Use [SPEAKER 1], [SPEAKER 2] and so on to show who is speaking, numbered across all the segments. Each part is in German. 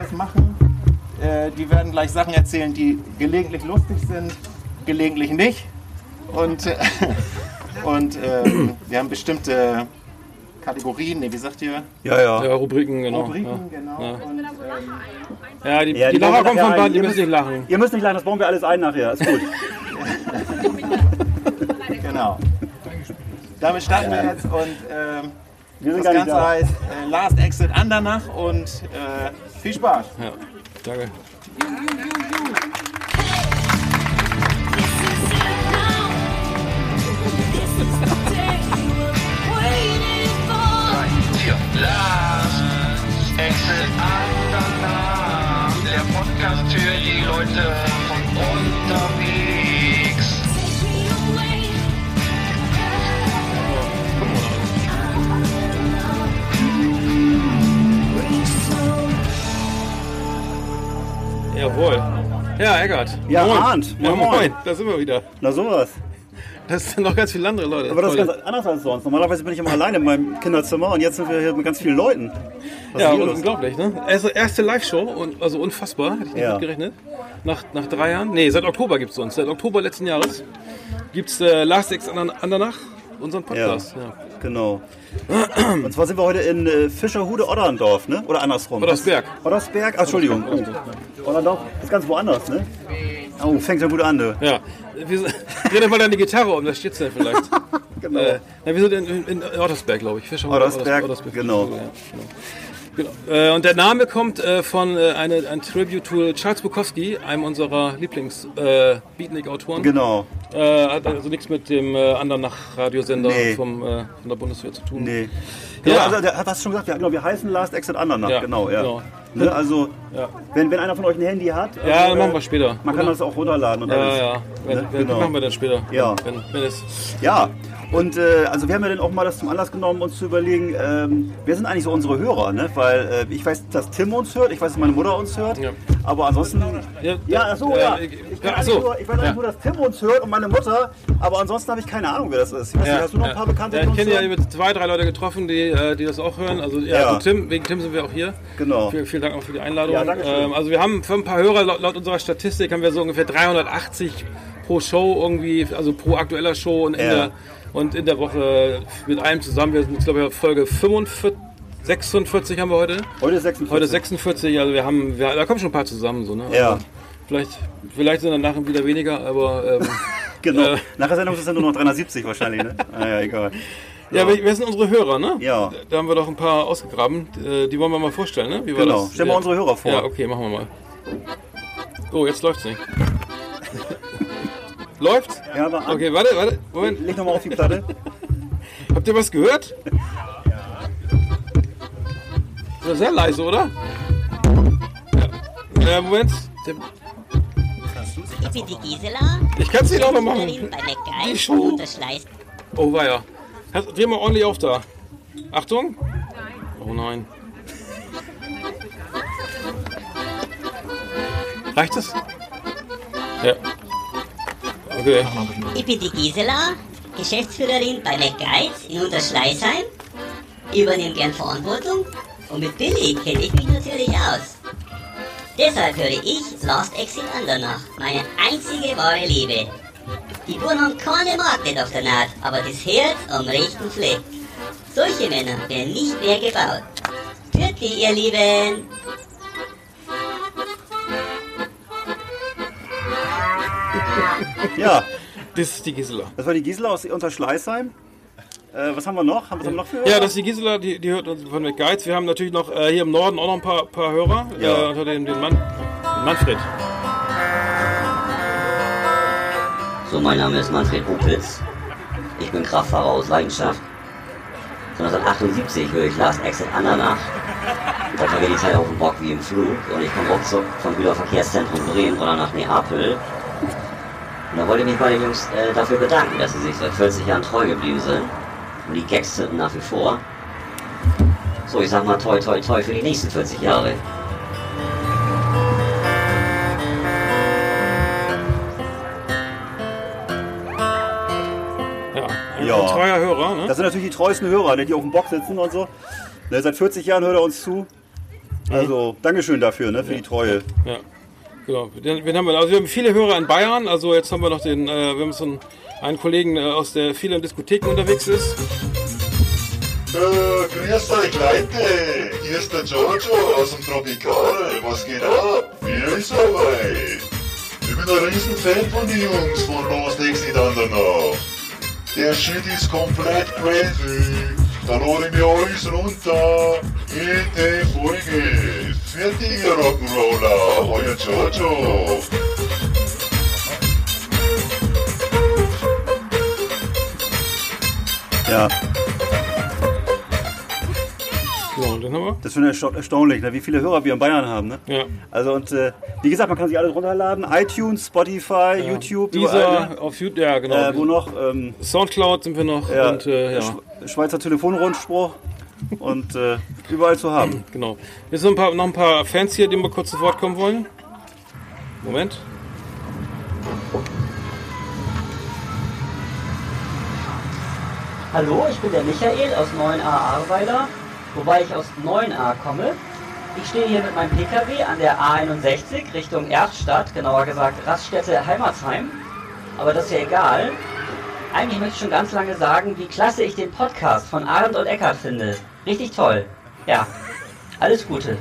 [SPEAKER 1] das machen. Äh, die werden gleich Sachen erzählen, die gelegentlich lustig sind, gelegentlich nicht. Und, äh, und ähm, wir haben bestimmte Kategorien, nee, wie sagt ihr?
[SPEAKER 2] Ja, ja.
[SPEAKER 3] Ja, Rubriken, genau.
[SPEAKER 1] Rubriken, genau. Und, ähm,
[SPEAKER 3] Ja, ja die,
[SPEAKER 2] Ja,
[SPEAKER 3] die
[SPEAKER 2] die
[SPEAKER 3] Lacher
[SPEAKER 2] lachen
[SPEAKER 3] kommt von
[SPEAKER 2] nachher
[SPEAKER 3] Band,
[SPEAKER 2] ein.
[SPEAKER 3] ihr
[SPEAKER 2] Ihr
[SPEAKER 3] müsst nicht lachen.
[SPEAKER 2] Ihr müsst nicht lachen, das bauen wir alles ein nachher. Ist gut.
[SPEAKER 1] genau. Damit starten wir jetzt und ähm,
[SPEAKER 2] Wir
[SPEAKER 1] das
[SPEAKER 2] sind gar nicht
[SPEAKER 1] Ganze
[SPEAKER 2] da.
[SPEAKER 1] heißt äh, Last Exit Andernach und äh, viel Spaß.
[SPEAKER 3] Ja, danke.
[SPEAKER 4] Hier, Last Exit Andernach, der Podcast für die Leute von unterwegs.
[SPEAKER 3] Jawohl. Ja, Eckart.
[SPEAKER 2] Ja, Arndt.
[SPEAKER 3] Ja,
[SPEAKER 2] Moin, moin.
[SPEAKER 3] moin. Da sind wir wieder.
[SPEAKER 2] Na sowas.
[SPEAKER 3] Das sind noch ganz viele andere Leute.
[SPEAKER 2] Aber das ist
[SPEAKER 3] Toll.
[SPEAKER 2] ganz anders als sonst. Normalerweise bin ich immer alleine in meinem Kinderzimmer und jetzt sind wir hier mit ganz vielen Leuten. Was
[SPEAKER 3] ja,
[SPEAKER 2] ist hier
[SPEAKER 3] und
[SPEAKER 2] los?
[SPEAKER 3] unglaublich, ne? Also erste Live-Show, und, also unfassbar, hätte ich nicht
[SPEAKER 2] Ja.
[SPEAKER 3] mit gerechnet. Nach, nach drei Jahren, nee, seit Oktober gibt es uns, seit Oktober letzten Jahres gibt es äh, Last Ex Andern- Andernach, unseren
[SPEAKER 2] Ja,
[SPEAKER 3] Podcast. Ja.
[SPEAKER 2] genau. Und zwar sind wir heute in äh, Fischerhude Odderndorf, ne? Oder andersrum.
[SPEAKER 3] Oddersberg.
[SPEAKER 2] Oddersberg, ah, Entschuldigung. Oh. Odderndorf ist ganz woanders, ne? Oh, fängt ja gut an, ne?
[SPEAKER 3] Ja, wir sind, dreh doch mal deine Gitarre um, da steht's dann vielleicht. genau. Äh, na, wir sind in, in, in Ottersberg, glaube ich. Fischer
[SPEAKER 2] Ottersberg, genau.
[SPEAKER 3] Ja, genau. genau. Äh, und der Name kommt äh, von äh, eine, ein Tribute to Charles Bukowski, einem unserer Lieblings-Beatnik-Autoren.
[SPEAKER 2] Genau.
[SPEAKER 3] Äh, hat also nichts mit dem äh, Andernach-Radiosender
[SPEAKER 2] Nee.
[SPEAKER 3] vom, äh, von der Bundeswehr zu tun.
[SPEAKER 2] Nee.
[SPEAKER 3] Ja.
[SPEAKER 2] Ja, also, der hat das schon gesagt. Ja, genau, wir heißen Last Exit Andernach.
[SPEAKER 3] Ja,
[SPEAKER 2] Genau, ja.
[SPEAKER 3] genau.
[SPEAKER 2] Ne, also,
[SPEAKER 3] Ja.
[SPEAKER 2] Wenn, wenn einer von euch ein Handy hat.
[SPEAKER 3] Ja,
[SPEAKER 2] also,
[SPEAKER 3] dann machen
[SPEAKER 2] äh,
[SPEAKER 3] wir später.
[SPEAKER 2] Man kann
[SPEAKER 3] oder?
[SPEAKER 2] das auch runterladen und
[SPEAKER 3] Ja,
[SPEAKER 2] alles.
[SPEAKER 3] ja. Wenn,
[SPEAKER 2] Ne?
[SPEAKER 3] wenn,
[SPEAKER 2] Genau.
[SPEAKER 3] Machen wir dann später.
[SPEAKER 2] Ja.
[SPEAKER 3] Wenn, wenn es,
[SPEAKER 2] Ja, und äh, also wir haben ja dann auch mal das zum Anlass genommen, uns zu überlegen, ähm, wer sind eigentlich so unsere Hörer, ne? Weil äh, ich weiß, dass Tim uns hört, ich weiß, dass meine Mutter uns hört,
[SPEAKER 3] Ja.
[SPEAKER 2] aber ansonsten...
[SPEAKER 3] Ja,
[SPEAKER 2] Ja, ach so,
[SPEAKER 3] äh,
[SPEAKER 2] ja.
[SPEAKER 3] äh,
[SPEAKER 2] Ich,
[SPEAKER 3] ja,
[SPEAKER 2] kann
[SPEAKER 3] ach
[SPEAKER 2] eigentlich
[SPEAKER 3] so.
[SPEAKER 2] nur, ich weiß eigentlich
[SPEAKER 3] Ja.
[SPEAKER 2] nur, dass Tim uns hört und meine Mutter, aber ansonsten habe ich keine Ahnung, wer das ist. Ich weiß nicht, hast du noch ein paar Bekannte,
[SPEAKER 3] ja,
[SPEAKER 2] die
[SPEAKER 3] Ich
[SPEAKER 2] uns
[SPEAKER 3] kenne ja
[SPEAKER 2] hören?
[SPEAKER 3] über zwei, drei Leute getroffen, die, äh, die das auch hören. Also ja,
[SPEAKER 2] Ja.
[SPEAKER 3] Und Tim, wegen Tim sind wir auch hier.
[SPEAKER 2] Genau.
[SPEAKER 3] Vielen, vielen Dank auch für die Einladung.
[SPEAKER 2] Ja, danke schön.
[SPEAKER 3] also wir haben für ein paar Hörer, laut, laut unserer Statistik, haben wir so ungefähr 380 pro Show irgendwie, also pro aktueller Show und in,
[SPEAKER 2] Ja.
[SPEAKER 3] der, und in der Woche mit allem zusammen. Wir sind, jetzt, glaube ich, auf Folge 45, 46 haben wir heute.
[SPEAKER 2] Heute ist 46.
[SPEAKER 3] Heute 46, also wir haben, wir, da kommen schon ein paar zusammen. So, ne?
[SPEAKER 2] Ja,
[SPEAKER 3] Also Vielleicht, vielleicht sind danach wieder weniger, aber... Ähm,
[SPEAKER 2] genau.
[SPEAKER 3] Äh.
[SPEAKER 2] Nach der Sendung sind es nur noch 370 wahrscheinlich, ne? Ah, ja, egal.
[SPEAKER 3] Ja, aber wer sind unsere Hörer, ne?
[SPEAKER 2] Ja.
[SPEAKER 3] Da haben wir doch ein paar ausgegraben. Äh, Die wollen wir mal vorstellen, ne? Wie war
[SPEAKER 2] Genau,
[SPEAKER 3] das?
[SPEAKER 2] stell mal
[SPEAKER 3] Ja.
[SPEAKER 2] unsere Hörer vor.
[SPEAKER 3] Ja, okay, machen wir mal. Oh, jetzt läuft's nicht. Läuft's?
[SPEAKER 2] Ja, aber okay.
[SPEAKER 3] Okay, warte, warte. Moment.
[SPEAKER 2] leg nochmal auf die Platte.
[SPEAKER 3] Habt ihr was gehört? Das war sehr leise, oder? Ja. Äh, Moment.
[SPEAKER 5] Ich bin die Gisela.
[SPEAKER 3] Ich kann's nicht auch noch machen.
[SPEAKER 5] Reporterin bei
[SPEAKER 3] Die
[SPEAKER 5] Neckgeist.
[SPEAKER 3] Show.
[SPEAKER 5] Und das Schleiß.
[SPEAKER 3] Oh, weia. Hast, dreh mal ordentlich auf da. Achtung. Oh nein. Reicht das? Ja. Okay.
[SPEAKER 5] Ich bin die Gisela, Geschäftsführerin bei Neckgeist in Unterschleißheim. Übernehme gern Verantwortung. Und mit Billy kenne ich mich natürlich aus. Deshalb höre ich Last Exit Andernach, meine einzige wahre Liebe. Die Buren haben keine Magnete auf der Naht, aber das Herz am rechten Fleck. Solche Männer werden nicht mehr gebaut. Tschüssi, ihr Lieben!
[SPEAKER 2] Ja,
[SPEAKER 3] Das ist die Gisela.
[SPEAKER 2] das war die Gisela aus Unterschleißheim. Äh, was haben wir noch? Haben wir noch für Hörer?
[SPEAKER 3] Ja, das ist die Gisela, die, die hört uns von McGuides. Wir haben natürlich noch äh, hier im Norden auch noch ein paar, paar Hörer.
[SPEAKER 2] Ja.
[SPEAKER 3] Äh, unter dem den Mann, Manfred.
[SPEAKER 6] So, mein Name ist Manfred Buchlitz. Ich bin Kraftfahrer aus Leidenschaft. 1978 höre ich Last Exit Andernach. Da vergeht die Zeit auf dem Bock wie im Flug und ich komme ruckzuck vom Güterverkehrszentrum Bremen oder nach Neapel. Und da wollte ich mich bei den Jungs äh, dafür bedanken, dass sie sich seit 40 Jahren treu geblieben sind. Und die Gags sind nach wie vor. So, ich sag mal toi toi toi für die nächsten 40 Jahre.
[SPEAKER 3] Ja, ein
[SPEAKER 2] Ja.
[SPEAKER 3] treuer Hörer, ne?
[SPEAKER 2] Das sind natürlich die treuesten Hörer, ne, die auf dem Bock sitzen und so. Ne, seit 40 Jahren hört er uns zu. Also,
[SPEAKER 3] Mhm.
[SPEAKER 2] Dankeschön dafür, ne, für die Treue.
[SPEAKER 3] Ja, genau. Dann- Wen haben wir? da? Also wir haben viele Hörer in Bayern. Also jetzt haben wir noch den, äh, wir haben so einen, einen Kollegen, äh, aus der viel in Diskotheken unterwegs ist.
[SPEAKER 7] Äh, grüß euch Leute, hier ist der Giorgio aus dem Tropikal, was geht ab? Wie ist dabei? Ich bin ein riesen Fan von den Jungs von Los Dixie Dandanach. Der Shit ist komplett crazy, da lade ich mir alles runter. Jede Folge, fertig ihr Rock'n'Roller, euer Giorgio.
[SPEAKER 2] Ja,
[SPEAKER 3] Genau, den haben wir.
[SPEAKER 2] das ist schon ersta- erstaunlich, ne, wie viele Hörer wir in Bayern haben. Ne?
[SPEAKER 3] Ja.
[SPEAKER 2] Also, und äh, wie gesagt, man kann sie alle runterladen: iTunes, Spotify, YouTube, überall. Ne?
[SPEAKER 3] Dieser auf YouTube, ja genau.
[SPEAKER 2] Äh, wo noch? Ähm,
[SPEAKER 3] Soundcloud sind wir noch
[SPEAKER 2] ja,
[SPEAKER 3] und äh, ja,
[SPEAKER 2] Sch- Schweizer Telefonrundspruch. und äh, überall zu haben.
[SPEAKER 3] genau. Wir sind ein paar, noch ein paar Fans hier, denen wir kurz zu Wort kommen wollen. Moment.
[SPEAKER 5] Hallo, ich bin der Michael aus 9a Ahrweiler, wobei ich aus 9a komme. Ich stehe hier mit meinem Pkw an der A61 Richtung Erftstadt, genauer gesagt Raststätte Heimatsheim. Aber das ist ja egal. Eigentlich möchte ich schon ganz lange sagen, wie klasse ich den Podcast von Arndt und Eckart finde. Richtig toll. Ja, alles Gute.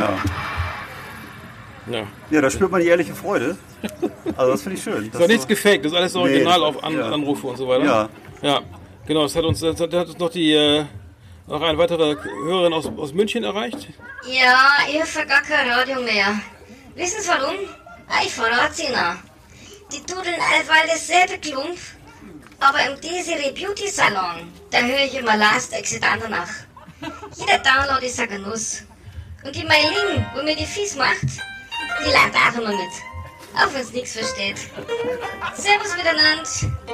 [SPEAKER 3] Ja.
[SPEAKER 2] Ja, da spürt man die ehrliche Freude. Also, das finde ich schön.
[SPEAKER 3] Ist doch nichts gefaked, das ist alles original
[SPEAKER 2] das-
[SPEAKER 3] auf An
[SPEAKER 2] ja.
[SPEAKER 3] Anrufe und so weiter.
[SPEAKER 2] Ja.
[SPEAKER 3] Ja, genau, das hat uns, das hat das hat uns noch die äh, noch eine weitere Hörerin aus, aus München erreicht.
[SPEAKER 8] Ja, ich höre gar kein Radio mehr. Wissen Sie warum? Ah, Ich verrate Ihnen. Die dudeln allweil dasselbe Klumpf, aber im Desiree Beauty Salon, da höre ich immer Last Exit danach. Jeder Download ist ein Genuss. Und die Meiling, wo mir die fies macht, die lernt auch immer mit. Auch wenn es nichts versteht. Servus miteinander.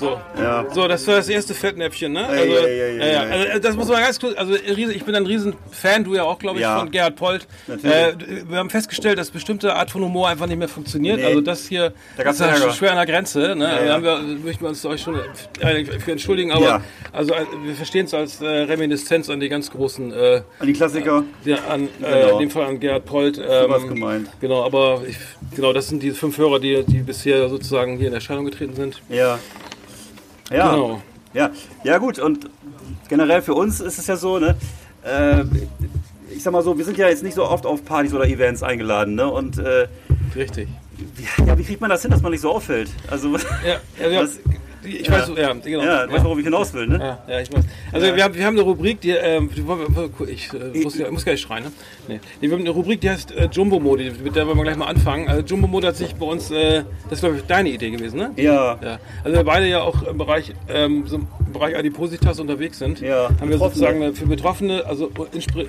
[SPEAKER 3] So.
[SPEAKER 2] Ja.
[SPEAKER 3] So, das war das erste Fettnäpfchen, ne?
[SPEAKER 2] Ei,
[SPEAKER 3] Also,
[SPEAKER 2] ei, ei,
[SPEAKER 3] ja,
[SPEAKER 2] ei,
[SPEAKER 3] ja.
[SPEAKER 2] ei.
[SPEAKER 3] also das muss man ganz kurz, also riesen- ich bin ein riesen Fan, du ja auch, glaube ich,
[SPEAKER 2] Ja.
[SPEAKER 3] von Gerhard Polt.
[SPEAKER 2] Natürlich.
[SPEAKER 3] Äh, d- wir haben festgestellt, dass bestimmte Art von Humor einfach nicht mehr funktioniert.
[SPEAKER 2] Nee.
[SPEAKER 3] Also das hier
[SPEAKER 2] Da gab's
[SPEAKER 3] das ist ja
[SPEAKER 2] Ärger.
[SPEAKER 3] schwer an der Grenze, ne?
[SPEAKER 2] ja.
[SPEAKER 3] Da haben wir, möchten wir uns euch schon äh, für entschuldigen, aber
[SPEAKER 2] Ja.
[SPEAKER 3] also äh, wir verstehen es als äh, Reminiszenz an die ganz großen äh,
[SPEAKER 2] An die Klassiker.
[SPEAKER 3] ja, an, äh,
[SPEAKER 2] Genau.
[SPEAKER 3] in dem Fall an Gerhard Polt.
[SPEAKER 2] was
[SPEAKER 3] ähm,
[SPEAKER 2] gemeint.
[SPEAKER 3] Genau, aber ich, genau, das sind die fünf Hörer, die, die bisher sozusagen hier in Erscheinung getreten sind.
[SPEAKER 2] Ja. Ja.
[SPEAKER 3] Genau.
[SPEAKER 2] Ja. ja, gut. Und generell für uns ist es ja so, ne? Äh, ich sag mal so, wir sind ja jetzt nicht so oft auf Partys oder Events eingeladen, ne? Und äh,
[SPEAKER 3] Richtig.
[SPEAKER 2] wie, ja, wie kriegt man das hin, dass man nicht so auffällt? Also,
[SPEAKER 3] Ja, ja, ja.
[SPEAKER 2] Was-
[SPEAKER 3] ich weiß, ja, genau.
[SPEAKER 2] ja, du weißt, worauf ich hinaus will, ne?
[SPEAKER 3] Ja, ja, ich weiß. Also wir, haben, wir haben eine Rubrik, die, ähm, die wollen wir- ich äh, muss, ja- muss gar nicht schreien, ne? Nee. Nee, wir haben eine Rubrik, die heißt äh, Jumbo Mode, mit der wollen wir gleich mal anfangen. Also Jumbo Mode hat sich bei uns, äh, das ist glaube ich deine Idee gewesen, ne?
[SPEAKER 2] Ja.
[SPEAKER 3] Ja. Also wir beide ja auch im Bereich, ähm, so im Bereich Adipositas unterwegs sind,
[SPEAKER 2] Ja,
[SPEAKER 3] haben wir
[SPEAKER 2] Betroffene.
[SPEAKER 3] sozusagen eine, für Betroffene, also inspri-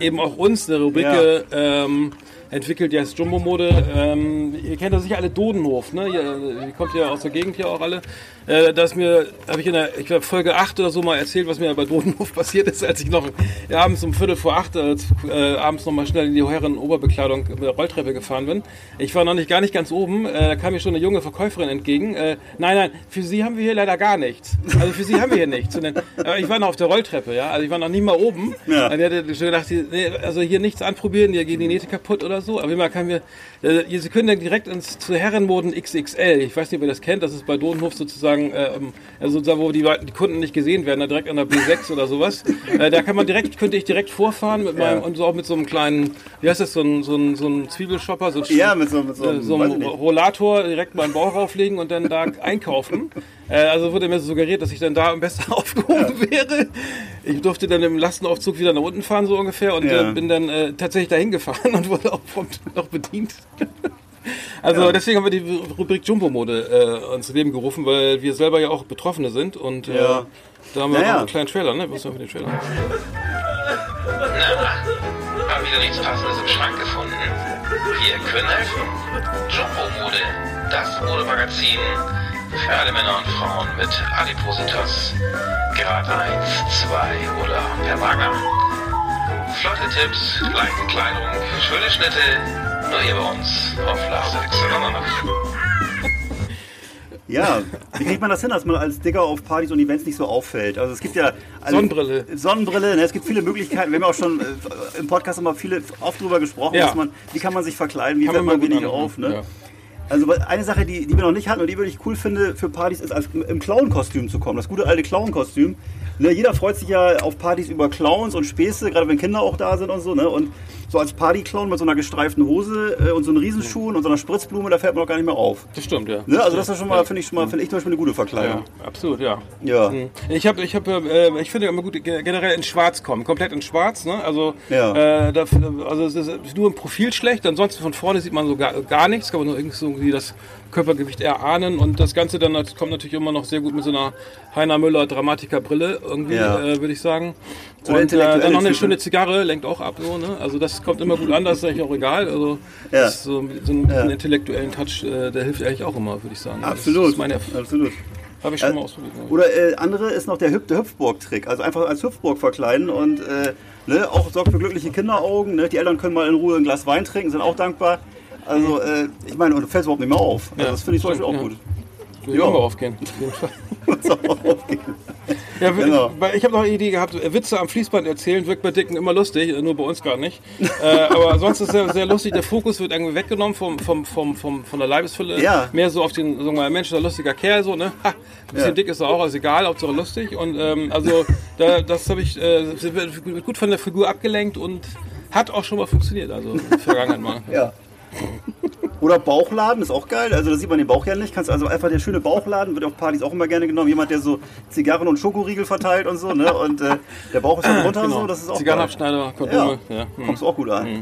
[SPEAKER 3] eben auch uns eine Rubrik ähm, entwickelt, die heißt Jumbo Mode. Ähm, ihr kennt das sicher alle Dodenhof, ne? Ihr, ihr kommt ja aus der Gegend hier auch alle. Äh, das mir, habe ich in der ich glaub, Folge 8 oder so mal erzählt, was mir bei Dodenhof passiert ist, als ich noch ja, abends um Viertel vor 8 äh, zu- äh, abends noch mal schnell in die Herren-Oberbekleidung mit der Rolltreppe gefahren bin. Ich war noch nicht gar nicht ganz oben, äh, da kam mir schon eine junge Verkäuferin entgegen. Äh, nein, nein, für sie haben wir hier leider gar nichts. Also für sie haben wir hier nichts. Und dann, aber ich war noch auf der Rolltreppe, ja, also ich war noch nie mal oben.
[SPEAKER 2] Ja.
[SPEAKER 3] Und die hatte schon gedacht, die- nee, also hier nichts anprobieren, hier gehen die Nähte kaputt oder so. Aber immer kann mir, äh, sie können dann direkt ins zu Herrenmoden XXL. Ich weiß nicht, ob ihr das kennt, das ist bei Dodenhof sozusagen, äh, ähm, also sozusagen, wo die, Leute- die Kunden nicht gesehen werden, da direkt an der B6 oder sowas. Äh, da kann man direkt, könnte ich direkt vorfahren mit meinem, und so auch mit so einem kleinen, wie heißt das, so ein, so ein, so ein Zwiebelshopper, so ein
[SPEAKER 2] Ja, mit so, mit so,
[SPEAKER 3] äh,
[SPEAKER 2] einem-
[SPEAKER 3] so
[SPEAKER 2] weiß ich
[SPEAKER 3] einen
[SPEAKER 2] nicht.
[SPEAKER 3] Rollator direkt meinen Bauch rauflegen und dann da einkaufen. Äh, also wurde mir suggeriert, dass ich dann da am besten aufgehoben wäre. Ich durfte dann im Lastenaufzug wieder nach unten fahren, so ungefähr, und
[SPEAKER 2] Ja.
[SPEAKER 3] äh, bin dann äh, tatsächlich dahin gefahren und wurde auch prompt noch bedient. Also deswegen haben wir die Rubrik Jumbo-Mode äh, ins Leben gerufen, weil wir selber ja auch Betroffene sind und äh,
[SPEAKER 2] Ja.
[SPEAKER 3] Da haben wir
[SPEAKER 2] Ja,
[SPEAKER 3] noch
[SPEAKER 2] ja.
[SPEAKER 3] einen kleinen Trailer, ne? Was haben wir für den Trailer?
[SPEAKER 4] Na, hab wieder nichts Passendes im Schrank gefunden. Wir können helfen. Jumbo Mode, das Modemagazin für alle Männer und Frauen mit Adipositas, Grad 1, 2 oder per Mager. Flotte Tipps, leichte Kleidung, schöne Schnitte, nur hier bei uns auf Lars
[SPEAKER 2] Ja, wie kriegt man das hin, dass man als Digger auf Partys und Events nicht so auffällt? Also es gibt ja also
[SPEAKER 3] Sonnenbrille.
[SPEAKER 2] Sonnenbrille, ne, es gibt viele Möglichkeiten. Wir haben ja auch schon äh, im Podcast immer viele oft drüber gesprochen,
[SPEAKER 3] Ja.
[SPEAKER 2] dass man, wie kann man sich verkleiden, wie
[SPEAKER 3] Kann
[SPEAKER 2] fällt
[SPEAKER 3] man mal
[SPEAKER 2] man
[SPEAKER 3] gut
[SPEAKER 2] wenig
[SPEAKER 3] anhören,
[SPEAKER 2] auf, ne?
[SPEAKER 3] ja.
[SPEAKER 2] Also weil eine Sache, die, die wir noch nicht hatten und die würde ich cool finde für Partys, ist als, im Clown-Kostüm zu kommen. Das gute alte Clown-Kostüm. Ne, jeder freut sich ja auf Partys über Clowns und Späße, gerade wenn Kinder auch da sind und so. Ne? Und so als Party-Clown mit so einer gestreiften Hose äh, und so einem Riesenschuhen und so einer Spritzblume, da fällt man auch gar nicht mehr auf.
[SPEAKER 3] Das stimmt, ja.
[SPEAKER 2] Ne, also das ist schon mal, finde ich schon mal, finde ich zum Beispiel eine gute
[SPEAKER 3] Ja,
[SPEAKER 2] Verkleidung.
[SPEAKER 3] absolut, ja.
[SPEAKER 2] Ja.
[SPEAKER 3] Ich habe, ich habe, äh, ich finde immer gut ge- generell in Schwarz kommen, komplett in Schwarz. Ne? Also,
[SPEAKER 2] Ja.
[SPEAKER 3] äh, da, also es ist nur im Profil schlecht. Ansonsten von vorne sieht man so gar, gar nichts. Kann man nur irgendwie so irgendwie das Körpergewicht erahnen und das Ganze dann das kommt natürlich immer noch sehr gut mit so einer Heiner Müller Dramatikerbrille irgendwie,
[SPEAKER 2] Ja.
[SPEAKER 3] äh, würde ich sagen.
[SPEAKER 2] So der
[SPEAKER 3] und äh, dann noch
[SPEAKER 2] intellektuelle
[SPEAKER 3] eine
[SPEAKER 2] Typ,
[SPEAKER 3] schöne
[SPEAKER 2] ne?
[SPEAKER 3] Zigarre lenkt auch ab, so, ne? Also das kommt immer gut an, das ist eigentlich auch egal. Also
[SPEAKER 2] Ja.
[SPEAKER 3] das ist so, so einen
[SPEAKER 2] Ja.
[SPEAKER 3] intellektuellen Touch, äh, der hilft eigentlich auch immer, würde ich sagen. Das
[SPEAKER 2] Absolut.
[SPEAKER 3] ist meine Erf-
[SPEAKER 2] Absolut.
[SPEAKER 3] habe ich schon mal ausprobiert. ja.
[SPEAKER 2] Oder äh, andere ist noch der, Hüp der Hüpfburg-Trick. Also einfach als Hüpfburg verkleiden und äh, ne, auch sorgt für glückliche Kinderaugen. Ne? Die Eltern können mal in Ruhe ein Glas Wein trinken, sind auch dankbar. Also äh, ich meine, und du fällst überhaupt nicht mehr auf. Also
[SPEAKER 3] Ja,
[SPEAKER 2] das finde ich zum Beispiel auch
[SPEAKER 3] stimmt,
[SPEAKER 2] gut.
[SPEAKER 3] Würde
[SPEAKER 2] Ja.
[SPEAKER 3] auch mal aufgehen. auf jeden Fall.
[SPEAKER 2] Muss auch aufgehen.
[SPEAKER 3] Ja, w-
[SPEAKER 2] Genau.
[SPEAKER 3] weil Ich habe noch eine Idee gehabt, äh, Witze am Fließband erzählen wirkt bei Dicken immer lustig, äh, nur bei uns gar nicht. äh, aber sonst ist es sehr, sehr lustig, der Fokus wird irgendwie weggenommen vom, vom, vom, vom, von der Leibesfülle.
[SPEAKER 2] Ja.
[SPEAKER 3] Mehr so auf den, sagen wir mal, Mensch, ist ein lustiger Kerl, so, ne? Ha, ein bisschen
[SPEAKER 2] Ja.
[SPEAKER 3] dick ist er auch, also egal, Hauptsache lustig. Und ähm, also da, das habe ich äh, sind wir gut von der Figur abgelenkt und hat auch schon mal funktioniert, also in der Vergangenheit mal.
[SPEAKER 2] Ja. Oder Bauchladen ist auch geil. Also da sieht man den Bauch ja nicht. Kannst also einfach der schöne Bauchladen wird auf Partys auch immer gerne genommen. Jemand, der so Zigarren und Schokoriegel verteilt und so. Ne? Und äh, der Bauch ist dann runter
[SPEAKER 3] Genau.
[SPEAKER 2] so. Das ist auch geil.
[SPEAKER 3] Zigarrenabschneider, Kondome.
[SPEAKER 2] Ja.
[SPEAKER 3] Ja. hm.
[SPEAKER 2] Kommst du auch gut an.
[SPEAKER 3] Ja,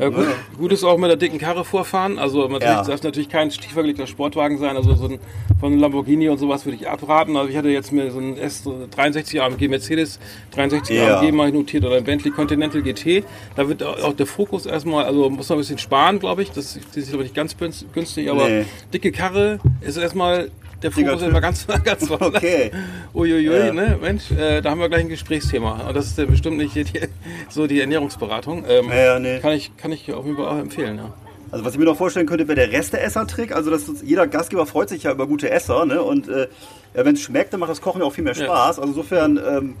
[SPEAKER 3] Äh, gut, gut ist auch mit der dicken Karre vorfahren. Also natürlich
[SPEAKER 2] Ja.
[SPEAKER 3] darf natürlich kein tiefergelegter Sportwagen sein. Also so ein von Lamborghini und sowas würde ich abraten. Also ich hatte jetzt mir so einen S63 AMG Mercedes, 63
[SPEAKER 2] Ja.
[SPEAKER 3] AMG mal notiert oder ein Bentley Continental GT. Da wird auch der Fokus erstmal, also muss man ein bisschen sparen, glaube ich. Das, das ist aber nicht ganz günst- günstig, aber
[SPEAKER 2] Nee.
[SPEAKER 3] dicke Karre ist erstmal der
[SPEAKER 2] Dicker
[SPEAKER 3] Fokus
[SPEAKER 2] Typ.
[SPEAKER 3] immer ganz, ganz vorne.
[SPEAKER 2] Okay.
[SPEAKER 3] Uiuiui,
[SPEAKER 2] Ja.
[SPEAKER 3] ne? Mensch, äh, da haben wir gleich ein Gesprächsthema. Und das ist ja bestimmt nicht die, so die Ernährungsberatung. Ähm,
[SPEAKER 2] Ja, ja, nee.
[SPEAKER 3] kann, ich, kann ich auf jeden Fall auch empfehlen, ja.
[SPEAKER 2] Also was ich mir noch vorstellen könnte, wäre der Reste-Esser-Trick. Also dass uns- jeder Gastgeber freut sich ja über gute Esser. Ne? Und äh, ja, wenn es schmeckt, dann macht das Kochen ja auch viel mehr Spaß. Also insofern, ähm,
[SPEAKER 3] Mhm.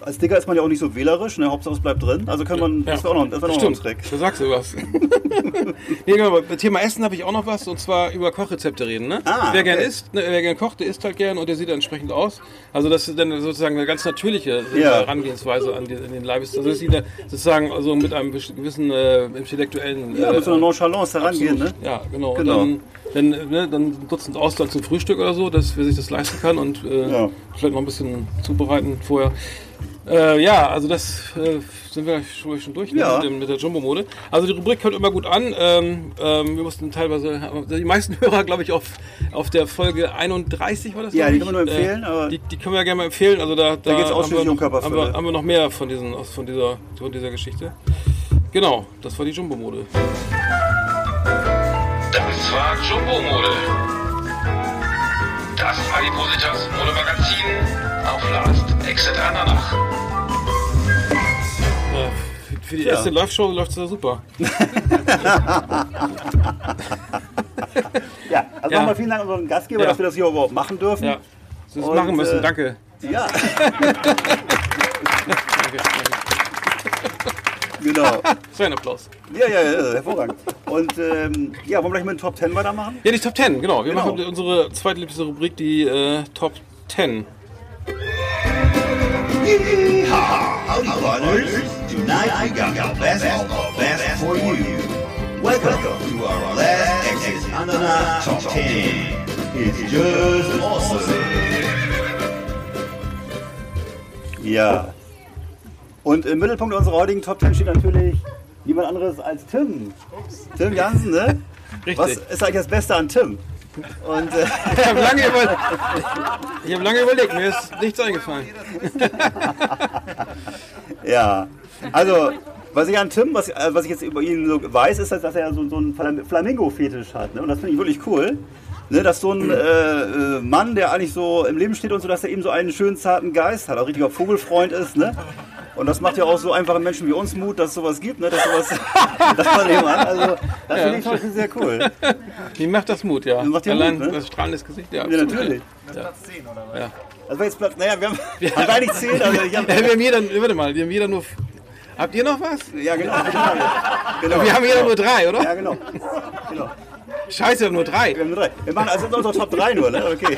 [SPEAKER 2] als Digger ist man ja auch nicht so wählerisch. Ne? Hauptsache es bleibt drin. Also kann man, das wäre auch noch, das wär auch noch ein
[SPEAKER 3] Stimmt,
[SPEAKER 2] Trick.
[SPEAKER 3] Da sagst du was. nee, genau, beim Thema Essen habe ich auch noch was und zwar über Kochrezepte reden. Ne?
[SPEAKER 2] Ah,
[SPEAKER 3] wer gern
[SPEAKER 2] okay.
[SPEAKER 3] isst, ne, wer gern kocht, der isst halt gern und der sieht dann entsprechend aus. Also das ist dann sozusagen eine ganz natürliche äh,
[SPEAKER 2] Ja.
[SPEAKER 3] Herangehensweise an, die, an den Leibes. Also das sieht dann sozusagen also mit einem gewissen- gewissen äh, intellektuellen
[SPEAKER 2] Ja, mit so einer
[SPEAKER 3] äh,
[SPEAKER 2] Nonchalance herangehen. Ne?
[SPEAKER 3] Absolut. Ja, genau.
[SPEAKER 2] Genau.
[SPEAKER 3] Und dann, dann, ne, dann ein Dutzend Ausland zum Frühstück oder so, dass wer sich das leisten kann und äh,
[SPEAKER 2] Ja.
[SPEAKER 3] vielleicht noch ein bisschen zubereiten vorher. Äh, ja, also das äh, sind wir schon, schon durch ne,
[SPEAKER 2] Ja.
[SPEAKER 3] mit, dem, mit der Jumbo-Mode. Also die Rubrik kommt immer gut an. Ähm, ähm, wir mussten teilweise, aber die meisten Hörer, glaube ich, auf, auf der Folge 31 war das.
[SPEAKER 2] Ja, die
[SPEAKER 3] glaub
[SPEAKER 2] kann man
[SPEAKER 3] ich? äh,
[SPEAKER 2] nur empfehlen, aber-
[SPEAKER 3] die, die können wir ja gerne mal empfehlen. Also da, da,
[SPEAKER 2] geht's
[SPEAKER 3] haben
[SPEAKER 2] ausschließlich
[SPEAKER 3] wir-
[SPEAKER 2] um Körperfülle.
[SPEAKER 3] Haben wir, haben wir noch mehr von, diesen, aus- von, dieser, von dieser Geschichte. Genau, das war die Jumbo-Mode.
[SPEAKER 4] Das war Jumbo Mode. Das Adipositas Modemagazin auf Last Exit Andernach.
[SPEAKER 3] Ja, für- für die erste Live-Show läuft es ja super.
[SPEAKER 2] Ja, also
[SPEAKER 3] Ja.
[SPEAKER 2] nochmal vielen Dank an unseren Gastgeber,
[SPEAKER 3] Ja.
[SPEAKER 2] dass wir das hier überhaupt machen dürfen.
[SPEAKER 3] Ja. Das
[SPEAKER 2] Und,
[SPEAKER 3] machen müssen,
[SPEAKER 2] äh,
[SPEAKER 3] danke.
[SPEAKER 2] Ja. genau.
[SPEAKER 3] So ein Applaus.
[SPEAKER 2] Ja, ja, ja, hervorragend. Und ähm, ja, wollen wir gleich mit den Top 10 weitermachen?
[SPEAKER 3] Ja, die Top 10, genau. Wir
[SPEAKER 2] Genau.
[SPEAKER 3] machen unsere zweitliebste Rubrik, die äh, Top 10.
[SPEAKER 7] Tonight we got the best of the best for you. Welcome to our last exit under the top 10. It's just awesome.
[SPEAKER 2] Ja. Und im Mittelpunkt unserer heutigen Top 10 steht natürlich niemand anderes als Tim. Tim Jansen, ne?
[SPEAKER 3] Richtig.
[SPEAKER 2] Was ist eigentlich das Beste an Tim? Und äh,
[SPEAKER 3] Ich habe lange, überle ich hab lange überlegt, mir ist nichts eingefallen.
[SPEAKER 2] ja, also was ich an Tim, was, äh, was ich jetzt über ihn so weiß, ist, dass er so, so einen Flam- Flamingo-Fetisch hat. Ne? Und das finde ich wirklich cool. Ne, dass
[SPEAKER 3] Mhm.
[SPEAKER 2] so ein äh, äh, Mann, der eigentlich so im Leben steht und so, dass er eben so einen schönen zarten Geist hat, auch richtiger Vogelfreund ist, ne? Und das macht ja auch so einfachen Menschen wie uns Mut, dass es sowas gibt, ne? Dass sowas, dass man eben hat. Also, das finde ich schon sehr cool.
[SPEAKER 3] Wie macht das Mut, ja?
[SPEAKER 2] Macht dir Mut,
[SPEAKER 3] Allein
[SPEAKER 2] ne?
[SPEAKER 3] das strahlendes Gesicht, ja.
[SPEAKER 2] Ja,
[SPEAKER 3] absolut,
[SPEAKER 2] natürlich.
[SPEAKER 3] Ja. Ja.
[SPEAKER 2] Das war jetzt Platz, naja, wir haben, haben wir nicht zehn, also ich hab,
[SPEAKER 3] Äh, Wir haben jeder, warte mal, wir haben jeder nur. Habt ihr noch was?
[SPEAKER 2] ja genau, genau.
[SPEAKER 3] Wir haben jeder nur drei, oder?
[SPEAKER 2] Ja, genau. genau.
[SPEAKER 3] Scheiße, wir haben nur drei.
[SPEAKER 2] Wir haben nur drei. Wir machen also unsere Top 3 nur, ne? Okay.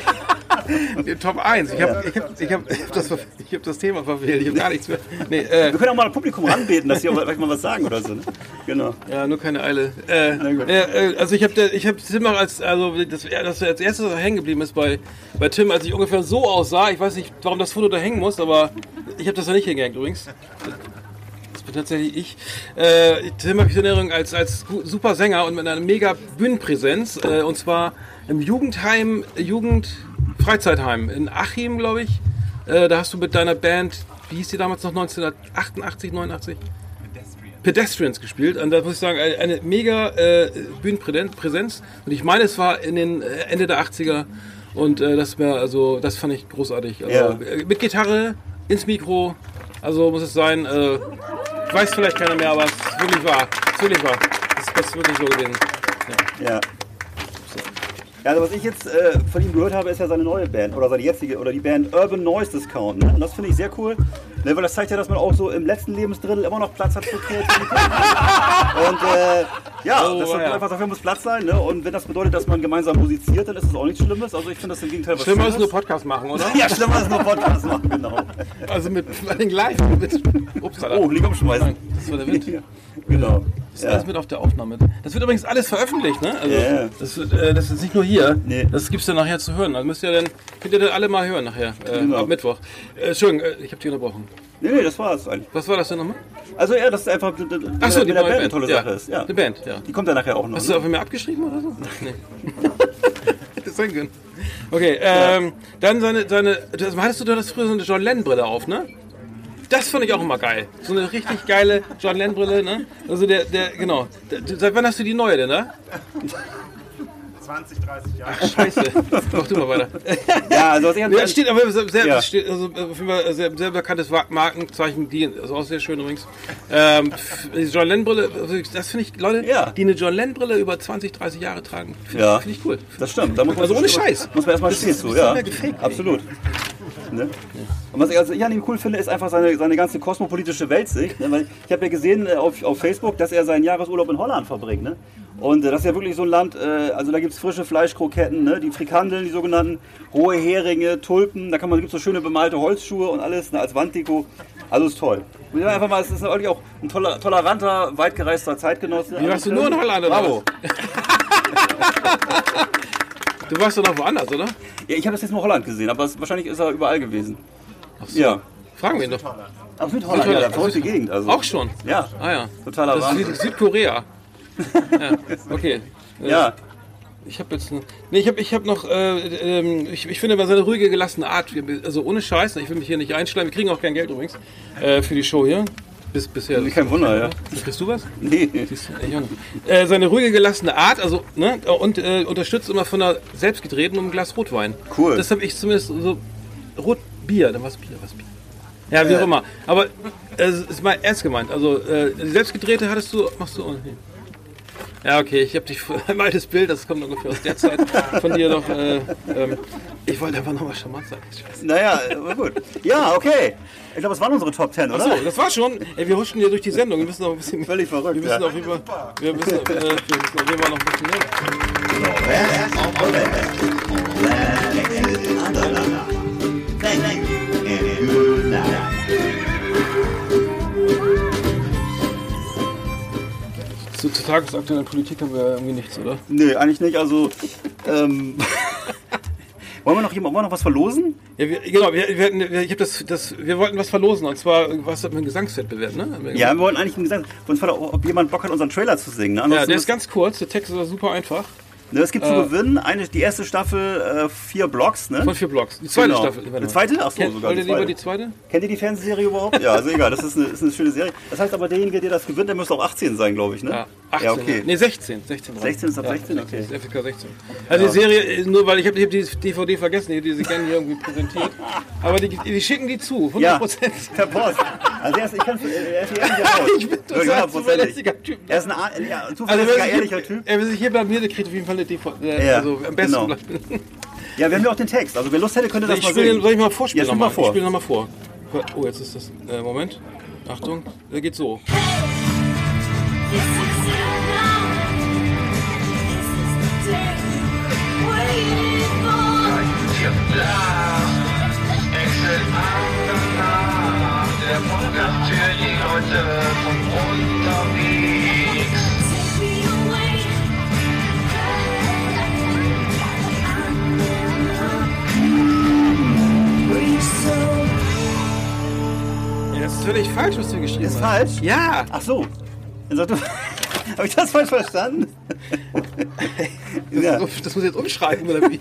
[SPEAKER 3] Top 1. Ich habe ich hab, ich hab, ich hab das, ver- ich hab das Thema verfehlt. Ich habe gar nichts mehr. Nee, äh,
[SPEAKER 2] Wir können auch mal ein Publikum ranbeten, dass sie auch vielleicht mal was sagen oder so, ne? Genau.
[SPEAKER 3] ja, nur keine Eile. Äh,
[SPEAKER 2] gut.
[SPEAKER 3] äh, äh, also ich habe ich hab Tim auch als, also das, das als erstes was hängen geblieben ist bei, bei Tim, als ich ungefähr so aussah. Ich weiß nicht, warum das Foto da hängen muss, aber ich habe das da nicht hingehängt übrigens. Das bin tatsächlich ich. Äh, Tim habe ich in Erinnerung als, als gu- super Sänger und mit einer mega Bühnenpräsenz. Äh, und zwar im Jugendheim, Jugendfreizeitheim in Achim, glaube ich. Äh, da hast du mit deiner Band, wie hieß die damals noch, 1988, 89? Pedestrians gespielt und da muss ich sagen, eine, eine mega äh, Bühnenpräsenz und ich meine, es war in den äh, Ende der 80er und äh, das war also das fand ich großartig. Also,
[SPEAKER 2] Ja.
[SPEAKER 3] äh, Mit Gitarre ins Mikro, also muss es sein. Äh, weiß vielleicht keiner mehr, aber es ist wirklich wahr. Es ist wirklich wahr. Es ist, das ist wirklich so gewesen.
[SPEAKER 2] Ja. Ja, also was ich jetzt äh, von ihm gehört habe, ist ja seine neue Band oder seine jetzige oder die Band Urban Noise Discount. Ne? Und das finde ich sehr cool, ne, weil das zeigt ja, dass man auch so im letzten Lebensdrittel immer noch Platz hat für Kreativität. Und äh, ja,
[SPEAKER 3] Oh,
[SPEAKER 2] das
[SPEAKER 3] ja.
[SPEAKER 2] einfach dafür muss Platz sein. Ne? Und wenn das bedeutet, dass man gemeinsam musiziert, dann ist das auch nichts Schlimmes. Also ich finde das im Gegenteil was
[SPEAKER 3] Schlimmer ist
[SPEAKER 2] Schönes.
[SPEAKER 3] nur Podcast machen, oder?
[SPEAKER 2] Ja, schlimmer ist nur Podcast machen, genau.
[SPEAKER 3] Also mit den live. Mit, upsala.
[SPEAKER 2] Oh, Liga umschmeißen.
[SPEAKER 3] das war der Wind.
[SPEAKER 2] Ja, genau.
[SPEAKER 3] Das ist
[SPEAKER 2] Ja.
[SPEAKER 3] alles mit auf der Aufnahme. Das wird übrigens alles veröffentlicht, ne? Also,
[SPEAKER 2] Ja.
[SPEAKER 3] das, wird, äh, das ist nicht nur hier.
[SPEAKER 2] Nee.
[SPEAKER 3] Das gibt's dann nachher zu hören. Also müsst ihr dann, könnt ihr dann alle mal hören nachher. Äh,
[SPEAKER 2] Genau.
[SPEAKER 3] Ab Mittwoch. Äh, Entschuldigung, äh, ich habe dich unterbrochen.
[SPEAKER 2] Nee, nee, ne, das war's eigentlich.
[SPEAKER 3] Was war das denn nochmal?
[SPEAKER 2] Also ja, das ist einfach mit der mit der
[SPEAKER 3] Achso, die
[SPEAKER 2] Band
[SPEAKER 3] neue Band.
[SPEAKER 2] eine tolle
[SPEAKER 3] ja.
[SPEAKER 2] Sache ist. Ja.
[SPEAKER 3] Die Band, ja.
[SPEAKER 2] Die kommt ja nachher auch noch.
[SPEAKER 3] Hast du
[SPEAKER 2] Ne?
[SPEAKER 3] auf mir abgeschrieben oder so? Nee. Hätte sein können. Okay, ähm, dann seine, seine, das, hattest du da das früher so eine John Lennon-Brille auf, ne? Das fand ich auch immer geil. So eine richtig geile John Lennon-Brille, ne? Also der, der, genau. Der, der- seit wann hast du die neue denn, ne?
[SPEAKER 9] 20, 30 Jahre.
[SPEAKER 3] Scheiße. Mach du mal weiter.
[SPEAKER 2] Ja, also was ich
[SPEAKER 3] Ja, es steht aber sehr, sehr,
[SPEAKER 2] Ja.
[SPEAKER 3] es steht, also, äh, auf jeden Fall sehr, sehr bekanntes Wa- Markenzeichen, die ist auch sehr schön übrigens. Ähm, f- die John Lennon Brille, also ich- das finde ich, Leute,
[SPEAKER 2] Ja.
[SPEAKER 3] die eine John Lennon Brille über 20, 30 Jahre tragen, finde
[SPEAKER 2] Ja.
[SPEAKER 3] find ich cool.
[SPEAKER 2] Das stimmt. Da muss man
[SPEAKER 3] Also ohne
[SPEAKER 2] muss-
[SPEAKER 3] Scheiß.
[SPEAKER 2] Muss man erstmal stehen zu,
[SPEAKER 3] das ist
[SPEAKER 2] ja.
[SPEAKER 3] immer gefaked, ey.
[SPEAKER 2] Absolut. Ne? Und was ich, also ich an ihm cool finde, ist einfach seine, seine ganze kosmopolitische Weltsicht. Ne? Weil ich habe ja gesehen äh, auf, auf Facebook, dass er seinen Jahresurlaub in Holland verbringt. Ne? Und äh, das ist ja wirklich so ein Land, äh, also da gibt es frische Fleischkroketten, ne? die Frikandeln, die sogenannten, hohe Heringe, Tulpen, da kann man, gibt so schöne bemalte Holzschuhe und alles ne? als Wanddeko. Also ist toll. Und ja, einfach mal, es ist wirklich auch ein toller, toleranter, weitgereister Zeitgenosse.
[SPEAKER 3] Wie warst du nur in Holland, oder
[SPEAKER 2] Bravo.
[SPEAKER 3] Du warst doch noch woanders, oder?
[SPEAKER 2] Ja, ich habe das jetzt nur Holland gesehen, aber es, wahrscheinlich ist er überall gewesen. Ach so. Ja.
[SPEAKER 3] Fragen wir ihn doch.
[SPEAKER 2] Auch Südholland, ja,
[SPEAKER 3] Südholland,
[SPEAKER 2] da verrückte Gegend. Also.
[SPEAKER 3] Auch schon.
[SPEAKER 2] Ja,
[SPEAKER 3] Ah ja.
[SPEAKER 2] totaler
[SPEAKER 3] Das ist
[SPEAKER 2] Wahnsinn.
[SPEAKER 3] Süd Südkorea. ja. Okay.
[SPEAKER 2] Ja,
[SPEAKER 3] Ich habe jetzt, ne- nee, ich habe, ich habe noch, äh, ähm, ich, ich finde, bei seiner ruhige gelassene Art, wir- also ohne Scheiß, ich will mich hier nicht einschleimen. Wir kriegen auch kein Geld übrigens äh, für die Show hier. Bis bisher.
[SPEAKER 2] kein Wunder, ja.
[SPEAKER 3] Kriegst du was?
[SPEAKER 2] Nee.
[SPEAKER 3] Siehst du, ich auch nicht. Äh, seine ruhige gelassene Art, also ne, und äh, unterstützt immer von einer selbstgedrehten um ein Glas Rotwein.
[SPEAKER 2] Cool.
[SPEAKER 3] Das habe ich zumindest so Rotbier, dann was Bier, was Bier. Ja, wie auch immer. Aber äh, es ist mal ernst gemeint. Also äh, die selbstgedrehte hattest du, machst du ohne. Ja, okay, ich habe dich ein altes Bild, das kommt ungefähr aus der Zeit von dir noch. Äh, ähm, ich wollte einfach nochmal charmant sein. Scheiße.
[SPEAKER 2] Naja, aber gut. Ja, okay. Ich glaube, das waren unsere Top Ten, oder?
[SPEAKER 3] So, das war schon. Ey, wir huschen hier durch die Sendung. Wir müssen noch ein bisschen mehr.
[SPEAKER 2] Völlig verrückt.
[SPEAKER 3] Wir müssen
[SPEAKER 2] ja.
[SPEAKER 3] auf jeden Fall. Wir müssen, äh, wir müssen auf jeden Fall noch ein bisschen mehr. Zu, zur tagesaktuellen Politik haben wir ja irgendwie nichts, oder?
[SPEAKER 2] Nee, eigentlich nicht. Also, ähm, wollen, wir noch, jemand- wollen wir noch was verlosen?
[SPEAKER 3] Ja, wir, genau, wir, wir, hatten, wir, ich hab das, das, wir wollten was verlosen und zwar was mit einem Gesangswettbewerb, ne? Haben wir
[SPEAKER 2] Ja, wir wollten eigentlich gesagt, uns war, ob jemand Bock hat, unseren Trailer zu singen. Ne?
[SPEAKER 3] Ja,
[SPEAKER 2] Ansonsten
[SPEAKER 3] der ist ganz kurz, der Text ist aber super einfach.
[SPEAKER 2] ist- Ne, es gibt zu
[SPEAKER 3] Äh.
[SPEAKER 2] gewinnen eine, die erste Staffel äh, vier Blocks, ne?
[SPEAKER 3] Von vier Blocks. Die zweite
[SPEAKER 2] Genau.
[SPEAKER 3] Staffel.
[SPEAKER 2] Die zweite? Ach so,
[SPEAKER 3] Kennt-
[SPEAKER 2] sogar
[SPEAKER 3] Wollt
[SPEAKER 2] die
[SPEAKER 3] ihr lieber
[SPEAKER 2] zweite.
[SPEAKER 3] die zweite?
[SPEAKER 2] Kennt ihr die Fernsehserie überhaupt? Ja, also egal, das ist eine, ist eine schöne Serie. Das heißt aber, derjenige, der das gewinnt, der müsste auch 18 sein, glaube ich, ne?
[SPEAKER 3] Ja, 18.
[SPEAKER 2] Ja, okay.
[SPEAKER 3] Nee, 16. 16, dran.
[SPEAKER 2] 16 ist ab 16, okay.
[SPEAKER 3] ist FSK 16. Also die Serie, nur weil ich habe hab die DVD vergessen, ich hab die sie gerne hier irgendwie präsentiert. Aber die, die schicken die zu, 100%.
[SPEAKER 2] Ja, per Post. Also er ist, ich kann's, er ist ein ehrlicher Typ.
[SPEAKER 3] Ich bin total
[SPEAKER 2] Wirklich
[SPEAKER 3] zuverlässiger Typ.
[SPEAKER 2] Er ist ein, a- ja, ein
[SPEAKER 3] Also
[SPEAKER 2] zuverlässiger,
[SPEAKER 3] wer sich,
[SPEAKER 2] ehrlicher Typ.
[SPEAKER 3] Hier, wer sich hier blamiert, der kriegt auf jeden Fall eine DVD. Äh,
[SPEAKER 2] Ja,
[SPEAKER 3] also am besten
[SPEAKER 2] genau.
[SPEAKER 3] bleibt-
[SPEAKER 2] Ja, wir haben ja auch den Text. Also wer Lust hätte, könnte das
[SPEAKER 3] Ich
[SPEAKER 2] mal
[SPEAKER 3] spiel,
[SPEAKER 2] sehen.
[SPEAKER 3] den- soll ich mal vorspielen?
[SPEAKER 2] Ja, spiel mal
[SPEAKER 3] Ich
[SPEAKER 2] vor.
[SPEAKER 3] spiele nochmal vor. Hör- Oh, jetzt ist das. Äh, Moment. Achtung, der geht so.
[SPEAKER 4] Für Blast. Excel Aftermath. Der Podcast für die Leute von unterwegs.
[SPEAKER 3] Ja, das ist völlig falsch, was du geschrieben
[SPEAKER 2] Ist
[SPEAKER 3] hast.
[SPEAKER 2] falsch?
[SPEAKER 3] Ja!
[SPEAKER 2] Ach so. Dann sagt du... Habe ich das falsch verstanden? ja.
[SPEAKER 3] Das muss ich jetzt umschreiben, oder wie?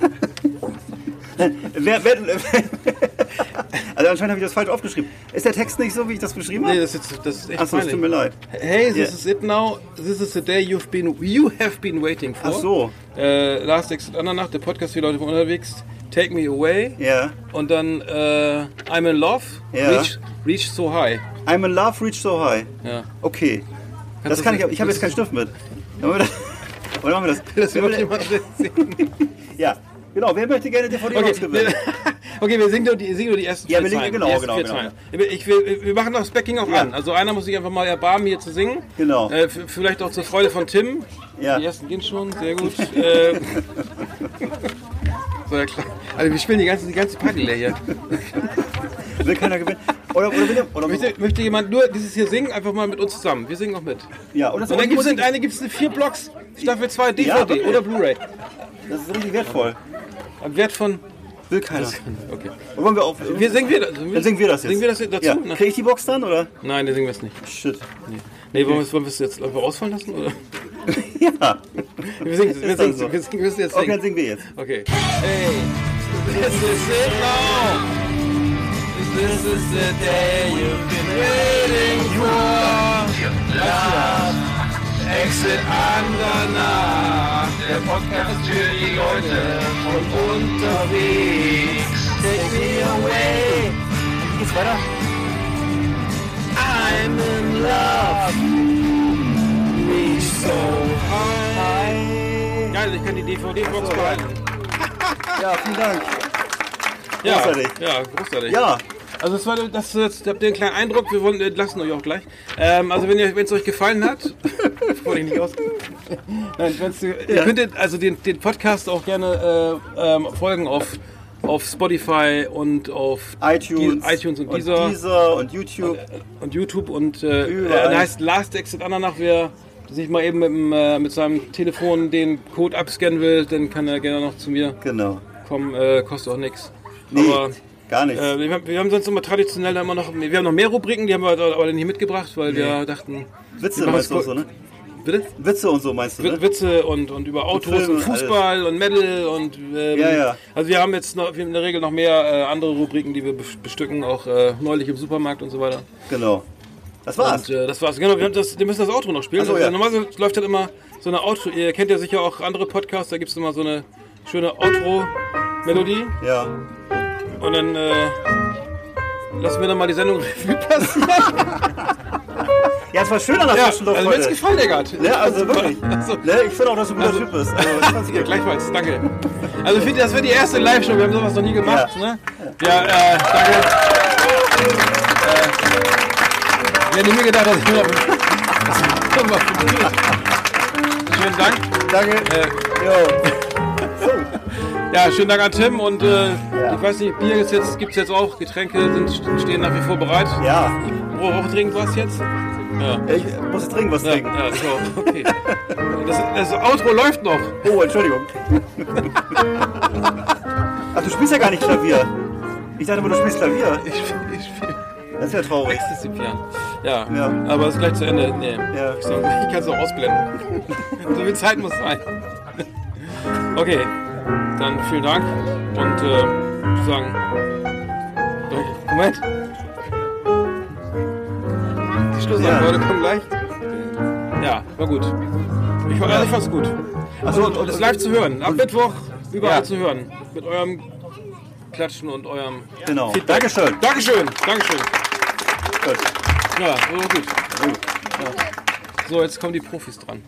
[SPEAKER 2] Wer, wer, also anscheinend habe ich das falsch aufgeschrieben. Ist der Text nicht so, wie ich das beschrieben
[SPEAKER 3] Nee,
[SPEAKER 2] habe?
[SPEAKER 3] das ist, jetzt- das ist echt
[SPEAKER 2] Ach so, es
[SPEAKER 3] peinlich.
[SPEAKER 2] tut mir leid.
[SPEAKER 3] Hey, this
[SPEAKER 2] Yeah.
[SPEAKER 3] is it now. This is the day you've been, you have been waiting for.
[SPEAKER 2] Ach so.
[SPEAKER 3] Äh, Last Exit Andernach, der Podcast für Leute von unterwegs. Take me away.
[SPEAKER 2] Ja.
[SPEAKER 3] Und dann äh, I'm in love.
[SPEAKER 2] Ja.
[SPEAKER 3] Reach, reach so high.
[SPEAKER 2] I'm in love, reach so high.
[SPEAKER 3] Ja.
[SPEAKER 2] Okay. Das kann ich, aber- ich habe jetzt keinen Stift mit. Dann machen wir das- Oder machen wir das?
[SPEAKER 3] Das
[SPEAKER 2] Wer
[SPEAKER 3] wird
[SPEAKER 2] will-
[SPEAKER 3] jemand sehen.
[SPEAKER 2] ja, genau. Wer möchte gerne DVD okay. gewinnen?
[SPEAKER 3] wir, okay, wir singen nur die, singen nur die ersten
[SPEAKER 2] genau. Ja, wir
[SPEAKER 3] vier
[SPEAKER 2] singen-
[SPEAKER 3] Zeilen.
[SPEAKER 2] genau,
[SPEAKER 3] die ersten
[SPEAKER 2] genau,
[SPEAKER 3] vier
[SPEAKER 2] genau.
[SPEAKER 3] Zeilen. Ich, wir, wir machen das Backing auch
[SPEAKER 2] Ja.
[SPEAKER 3] an. Also einer muss sich einfach mal erbarmen, hier zu singen.
[SPEAKER 2] Genau.
[SPEAKER 3] Äh, f- vielleicht auch zur Freude von Tim.
[SPEAKER 2] Ja.
[SPEAKER 3] Die ersten gehen schon, sehr gut. äh, so, ja, klar. Also wir spielen die ganze, die ganze Party leer hier.
[SPEAKER 2] Will keiner gewinnen? Oder, oder, bitte, oder
[SPEAKER 3] Möchte, möchte jemand nur dieses hier singen? Einfach mal mit uns zusammen. Wir singen auch mit.
[SPEAKER 2] Ja, oder so.
[SPEAKER 3] Und dann gibt es eine, gibt's eine vier Blocks, Staffel 2 DVD
[SPEAKER 2] wirklich.
[SPEAKER 3] oder Blu-ray.
[SPEAKER 2] Das ist richtig wertvoll.
[SPEAKER 3] Am Wert von...
[SPEAKER 2] Will keiner.
[SPEAKER 3] Okay.
[SPEAKER 2] Wollen wir auf.
[SPEAKER 3] Wir singen wir,
[SPEAKER 2] dann singen wir das jetzt.
[SPEAKER 3] Singen wir das jetzt dazu?
[SPEAKER 2] Ja.
[SPEAKER 3] Na,
[SPEAKER 2] Krieg ich die Box dann oder?
[SPEAKER 3] Nein, dann singen wir es nicht.
[SPEAKER 2] Shit.
[SPEAKER 3] Nee, wollen wir es- wollen wir es jetzt einfach ausfallen lassen? Oder?
[SPEAKER 2] Ja.
[SPEAKER 3] Wir singen, wir
[SPEAKER 2] Ist dann
[SPEAKER 3] singen,
[SPEAKER 2] so.
[SPEAKER 3] wir singen, wir müssen jetzt
[SPEAKER 2] Okay, dann
[SPEAKER 3] singen.
[SPEAKER 2] singen wir jetzt.
[SPEAKER 3] Okay. Hey, this is it now. This is the day you've been waiting for.
[SPEAKER 4] Für Blast.
[SPEAKER 3] Exit Andernach.
[SPEAKER 4] Der Podcast für die Leute von unterwegs.
[SPEAKER 3] Take me away.
[SPEAKER 2] Wie geht's weiter?
[SPEAKER 3] I'm in love. Reach so high. Geil, ich kann die DVD-Box behalten.
[SPEAKER 2] Ja, vielen Dank.
[SPEAKER 3] Ja,
[SPEAKER 2] großartig.
[SPEAKER 3] Ja, großartig.
[SPEAKER 2] Ja,
[SPEAKER 3] Also das war das, das habt ihr einen kleinen Eindruck, wir wollen entlassen euch auch gleich. Ähm, also wenn es euch gefallen hat, wollte ich nicht aus. Nein, wenn's, ihr könntet also den, den Podcast auch gerne äh, ähm, folgen auf, auf Spotify und auf
[SPEAKER 2] iTunes,
[SPEAKER 3] die, iTunes und, dieser
[SPEAKER 2] und YouTube.
[SPEAKER 3] und äh, YouTube und äh,
[SPEAKER 2] Überall.
[SPEAKER 3] äh, da heißt Last Exit Andernach, wer sich mal eben mit, dem, äh, mit seinem Telefon den Code abscannen will, dann kann er gerne noch zu mir
[SPEAKER 2] Genau.
[SPEAKER 3] kommen, äh, kostet auch nichts.
[SPEAKER 2] Nee,
[SPEAKER 3] Aber
[SPEAKER 2] gar nichts.
[SPEAKER 3] äh, wir, haben- wir haben sonst immer traditionell da immer noch, wir haben noch mehr Rubriken, die haben wir aber nicht mitgebracht, weil wir dachten,
[SPEAKER 2] Witze
[SPEAKER 3] wir machen
[SPEAKER 2] meinst
[SPEAKER 3] es
[SPEAKER 2] du auch
[SPEAKER 3] kurz-
[SPEAKER 2] so, ne?
[SPEAKER 3] Bitte?
[SPEAKER 2] Witze und so meinst du,
[SPEAKER 3] W-
[SPEAKER 2] ne?
[SPEAKER 3] Witze und, und über Autos
[SPEAKER 2] Filme
[SPEAKER 3] und,
[SPEAKER 2] und alles.
[SPEAKER 3] Fußball und Metal und ähm,
[SPEAKER 2] Ja, ja.
[SPEAKER 3] also wir haben jetzt noch, wir haben in der Regel noch mehr äh, andere Rubriken, die wir bes- bestücken, auch äh, neulich im Supermarkt und so weiter.
[SPEAKER 2] Genau. Das war's.
[SPEAKER 3] Und äh, das war's. Genau, wir, haben das, wir müssen das Outro noch spielen.
[SPEAKER 2] Ach so,
[SPEAKER 3] Also,
[SPEAKER 2] ja.
[SPEAKER 3] Normalerweise läuft halt immer so eine Outro. Ihr kennt ja sicher auch andere Podcasts, da gibt es immer so eine schöne Outro-Melodie.
[SPEAKER 2] ja.
[SPEAKER 3] Und dann äh, lassen wir dann mal die Sendung Revue passieren.
[SPEAKER 2] Ja, es war schön an der
[SPEAKER 3] Ja,
[SPEAKER 2] frischen Luft
[SPEAKER 3] also mir hat's
[SPEAKER 2] heute.
[SPEAKER 3] gefallen, Eggert.
[SPEAKER 2] Ne, also wirklich.
[SPEAKER 3] Also,
[SPEAKER 2] Ne, ich finde auch, dass du ein guter
[SPEAKER 3] Also-
[SPEAKER 2] Typ bist. Also, das fand's
[SPEAKER 3] ja,
[SPEAKER 2] gut.
[SPEAKER 3] gleichfalls, danke. Also für die- das wird die erste Live-Show, wir haben sowas noch nie gemacht,
[SPEAKER 2] Ja.
[SPEAKER 3] ne? Ja, äh, danke. Äh, ich hätte nie gedacht, dass ich mir noch... Schönen Dank.
[SPEAKER 2] Danke.
[SPEAKER 3] Äh,
[SPEAKER 2] Jo.
[SPEAKER 3] Ja, schönen Dank an Tim und äh, ich weiß nicht, Bier ist jetzt, gibt's jetzt auch, Getränke sind, stehen nach wie vor bereit.
[SPEAKER 2] Ja.
[SPEAKER 3] Wo, wo trinken was jetzt?
[SPEAKER 2] Ich muss jetzt dringend was
[SPEAKER 3] Ja,
[SPEAKER 2] trinken.
[SPEAKER 3] ja, so, okay. Das, das Outro läuft noch.
[SPEAKER 2] Oh, Entschuldigung. Ach, du spielst ja gar nicht Klavier. Ich dachte immer, du spielst Klavier.
[SPEAKER 3] Ich, ich spiel
[SPEAKER 2] Das ist ja traurig.
[SPEAKER 3] Disziplin. Ja,
[SPEAKER 2] Ja.
[SPEAKER 3] aber es ist gleich zu Ende. Nee,
[SPEAKER 2] Ja.
[SPEAKER 3] ich, sag, ich kann es auch ausblenden. so viel Zeit muss sein. Okay, dann vielen Dank und äh, ich sagen. Moment. Die Schlussantworten kommen gleich. Ja, war gut. Ich war ehrlich, fast gut. Also,
[SPEAKER 2] Achso,
[SPEAKER 3] Und ist live zu hören. Ab Mittwoch überall zu hören. Mit eurem Klatschen und eurem.
[SPEAKER 2] genau. Dankeschön.
[SPEAKER 3] Dankeschön, Dankeschön.
[SPEAKER 2] Gut.
[SPEAKER 3] Ja, so gut. So, jetzt kommen die Profis dran.